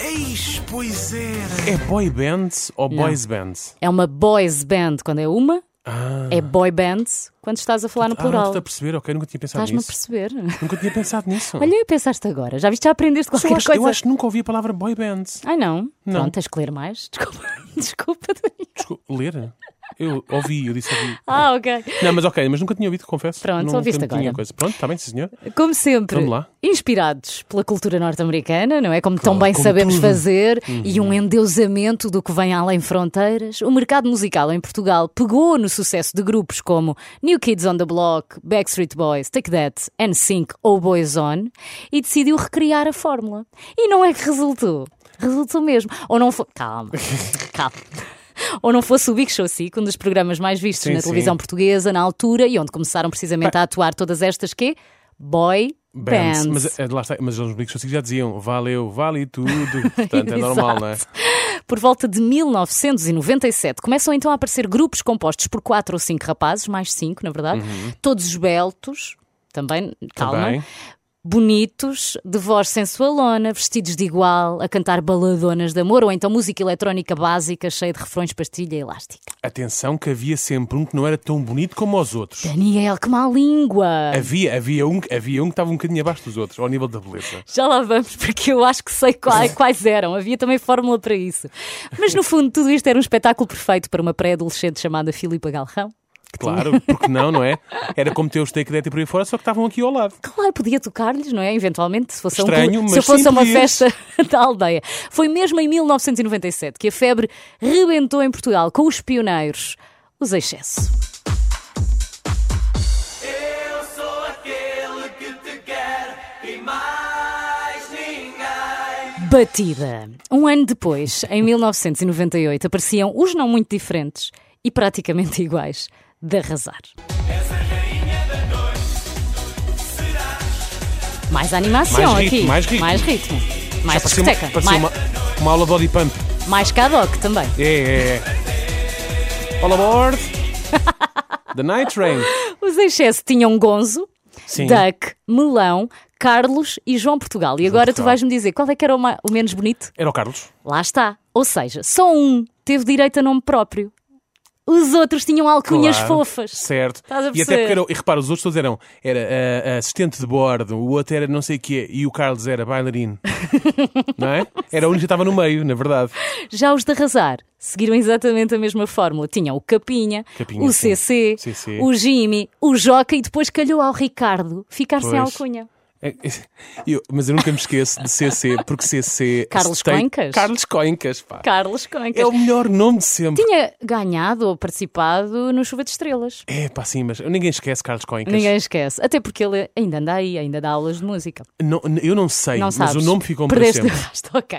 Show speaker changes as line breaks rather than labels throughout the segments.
Eis, pois era. É boy band ou
Não.
boys band?
É uma boys band quando é uma,
Ah,
é boy band quando estás a falar no
ah não
plural.
estou a perceber, ok, nunca tinha pensado
Estás-me a
nisso.
perceber?
Nunca tinha pensado nisso.
Olha, eu pensaste agora. Já viste, já aprendeste
Mas eu
qualquer
acho-
coisa?
Eu acho que nunca ouvi a palavra boy band.
Ai não.
Não.
Pronto, tens que ler mais. Desculpa, desculpa. Daniel.
Desculpa, ler? Eu ouvi, eu disse ouvi.
Ah, ok.
Não, mas ok, mas nunca tinha ouvido, confesso.
Pronto,
não,
ouviste
não tinha
agora.
Coisa. Pronto, está bem, sim, senhor.
Como sempre,
Vamos lá.
inspirados pela cultura norte-americana, não é? Como
Claro,
tão bem
como
sabemos
tudo.
fazer, e
Uhum.
um endeusamento do que vem além fronteiras, o mercado musical em Portugal pegou no sucesso de grupos como New Kids on the Block, Backstreet Boys, Take That, NSYNC ou Boys On e decidiu recriar a fórmula. E não é que resultou. Resultou mesmo. Ou não foi. Calma, calma. Ou não fosse o Big Show Sick, um dos programas mais vistos
Sim,
na
sim.
televisão portuguesa na altura e onde começaram precisamente a atuar todas estas que boy bands.
Bands. Mas, é, lá está, mas os amigos já diziam valeu, vale tudo. Portanto, é normal, não é?
Exato. Por volta de 1997 começam então a aparecer grupos compostos por quatro ou cinco rapazes, mais cinco, na verdade, todos esbeltos, também, calma,
Uhum. Também.
bonitos, de voz sensualona, vestidos de igual, a cantar baladonas de amor ou então música eletrónica básica cheia de refrões, pastilha e elástica.
Atenção que havia sempre um que não era tão bonito como os outros.
Daniel, que má língua!
Havia, havia, um, havia um que estava um bocadinho abaixo dos outros, ao nível da beleza.
Já lá vamos, porque eu acho que sei quai- quais, eram. Havia também fórmula para isso. Mas no fundo, tudo isto era um espetáculo perfeito para uma pré-adolescente chamada Filipa Galrão.
Claro, porque não, não é? Era como ter os take that e por aí fora, só que estavam aqui ao lado.
Claro, podia tocar-lhes, não é? Eventualmente, se fosse, a um
Estranho,
clube-
mas
se eu fosse
sim
a uma
podias.
festa da aldeia. Foi mesmo em 1997 que a febre rebentou em Portugal com os pioneiros, os excessos.
Eu sou aquele que te quer e mais ninguém.
Batida. Um ano depois, em 1998, apareciam os não muito diferentes e praticamente iguais de arrasar.
És a rainha da noite. Serás
Mais animação
Mais ritmo,
aqui.
mais ritmo.
Mais ritmo. Mais
Parecia,
Ah, é discoteca.
uma, parecia
mais,
uma, uma aula body pump.
mais Kadok também.
É, é, é. All aboard! The Night Train.
Os excesso tinham Gonzo,
Sim.
Duck, Melão, Carlos e João Portugal. E agora tu
Portugal.
vais-me dizer qual é que era o, ma- o menos bonito?
Era o Carlos.
Lá está. Ou seja, só um teve direito a nome próprio. Os outros tinham alcunhas
Claro,
fofas.
Certo.
Estás a
e
perceber?
até porque, era, e repara, os outros todos eram era, ah, assistente de bordo, o outro era não sei o quê, e o Carlos era bailarino. não é? Era o único que estava no meio, na verdade.
Já os de arrasar seguiram exatamente a mesma fórmula. Tinham o Capinha,
Capinha,
o
sim.
CC,
CC.
o Jimmy, o Joca e depois calhou ao Ricardo ficar sem
Pois.
alcunha.
É, eu- mas eu nunca me esqueço de CC, porque CC.
Carlos
tem-
Coincas?
Carlos Coincas, pá.
Carlos Coincas.
É o melhor nome de sempre.
Tinha ganhado ou participado no Chuva de Estrelas.
É, pá, sim, mas ninguém esquece Carlos Coincas.
Ninguém esquece. Até porque ele ainda anda aí, ainda dá aulas de música.
Não- eu não sei,
Não
mas
sabes.
o nome ficou para
Perdeste o
sempre.
resto, ok.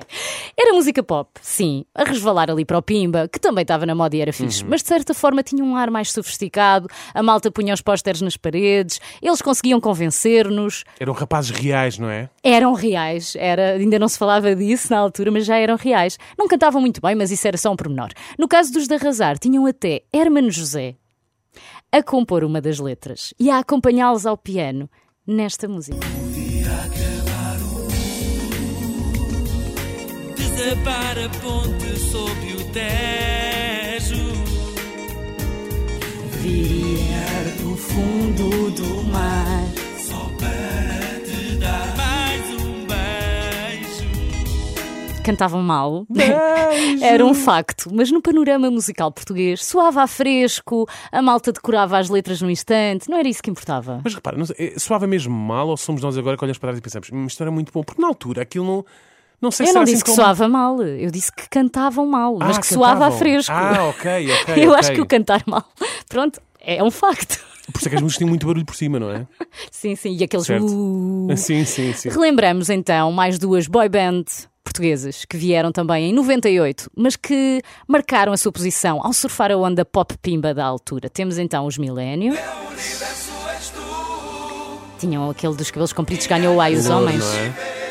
Era música pop, sim, a resvalar ali para o Pimba, que também estava na moda e era
Uhum.
fixe, mas de certa forma tinha um ar mais sofisticado, a malta punha os pósteres nas paredes, eles conseguiam convencer-nos,
Eram rapazes reais, não é?
eram reais, era, ainda não se falava disso na altura, mas já eram reais. Não cantavam muito bem, mas isso era só um pormenor. No caso dos de Arrasar, tinham até Hermano José a compor uma das letras e a acompanhá-los ao piano nesta música.
desabar a ponte sob o tejo. Virar do fundo do mar. Só para te dar mais um beijo.
Cantavam mal. Era um facto, mas no panorama musical português soava a fresco, a malta decorava as letras no instante, não era isso que importava.
Mas repara, não sei, é, soava mesmo mal ou somos nós agora que olhamos para trás e pensamos, hum, isto era muito bom, porque na altura aquilo não. Não sei
Eu
se
não
era
disse
assim
que
tão-
soava mal, eu disse que cantavam mal, mas
Ah,
que soava a
cantavam.
fresco.
Ah, ok, ok.
eu
ok.
acho que o cantar mal, pronto, é um facto.
Por isso é que as músicas tinham muito barulho por cima, não é?
Sim, sim, e aqueles.
Certo.
"Uh".
Sim, sim, sim.
Relembramos então mais duas boy band portuguesas que vieram também em 98, mas que marcaram a sua posição ao surfar a onda pop pimba da altura. Temos então os Millennium.
O universo és tu.
Tinham aquele dos cabelos compridos que ganhou o ai os
Louro,
homens.
não é?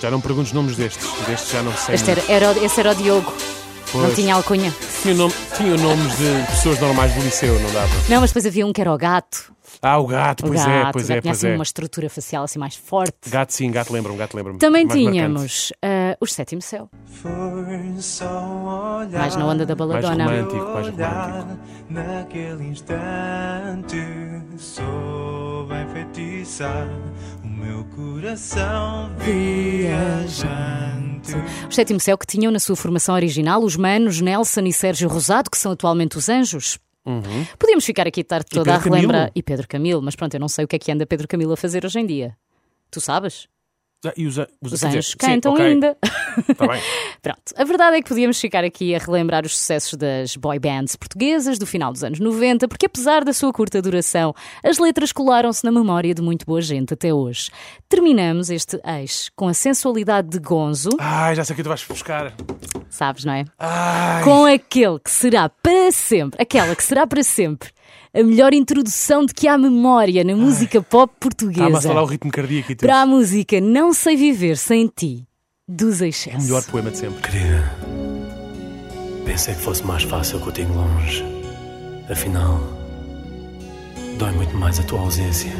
Já não pergunto os nomes destes, destes já não sei.
Este era, era o- esse era o Diogo, não
é? Pois.
tinha alcunha.
Tinha, nome- tinha nomes de pessoas normais do liceu, não dava?
Não, mas depois havia um que era o gato.
Ah, o gato,
O
pois
gato,
é,
o
pois
gato
é,
tinha
pois
assim
é.
uma estrutura facial assim mais forte.
Gato sim, gato lembra-me, gato lembra-me.
Também
Mais marcante.
tínhamos ah, Os Sétimo Céu,
Foi só um olhar.
mais na onda da
Mais
baladona.
romântico, mais romântico.
olhar naquele instante soube enfeitiçar o meu coração viajante.
Os Sétimo Céu que tinham na sua formação original os manos Nelson e Sérgio Rosado, que são atualmente os Anjos. Podíamos ficar aqui tarde toda a
Uhum. Pedro Camilo.
relembrar. E Pedro Camilo, mas pronto, eu não sei o que é que anda Pedro Camilo a fazer hoje em dia. Tu sabes?
Ah, E os, an- os,
Os
quer dizer,
anjos
sim,
cantam
ok,
ainda.
Tá bem.
Pronto, a verdade é que podíamos ficar aqui a relembrar os sucessos das boy bands portuguesas do final dos anos 90, porque apesar da sua curta duração, as letras colaram-se na memória de muito boa gente até hoje. Terminamos este ex com a sensualidade de Gonzo,
Ai, já sei o que tu vais buscar.
sabes, não é?
Ai,
Com aquele que será para sempre, aquela que será para sempre, a melhor introdução de que há memória na música pop
está-me a falar o
portuguesa.
ritmo cardíaco e tudo.
Para a música Não Sei Viver Sem Ti, dos
O É melhor
Excessos.
poema de sempre.
Querida, pensei que fosse mais fácil contigo longe. Afinal, dói muito mais a tua ausência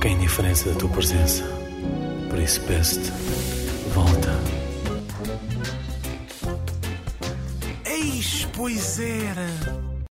que a indiferença da tua presença. Por isso peço-te, volta.
Eis, pois era.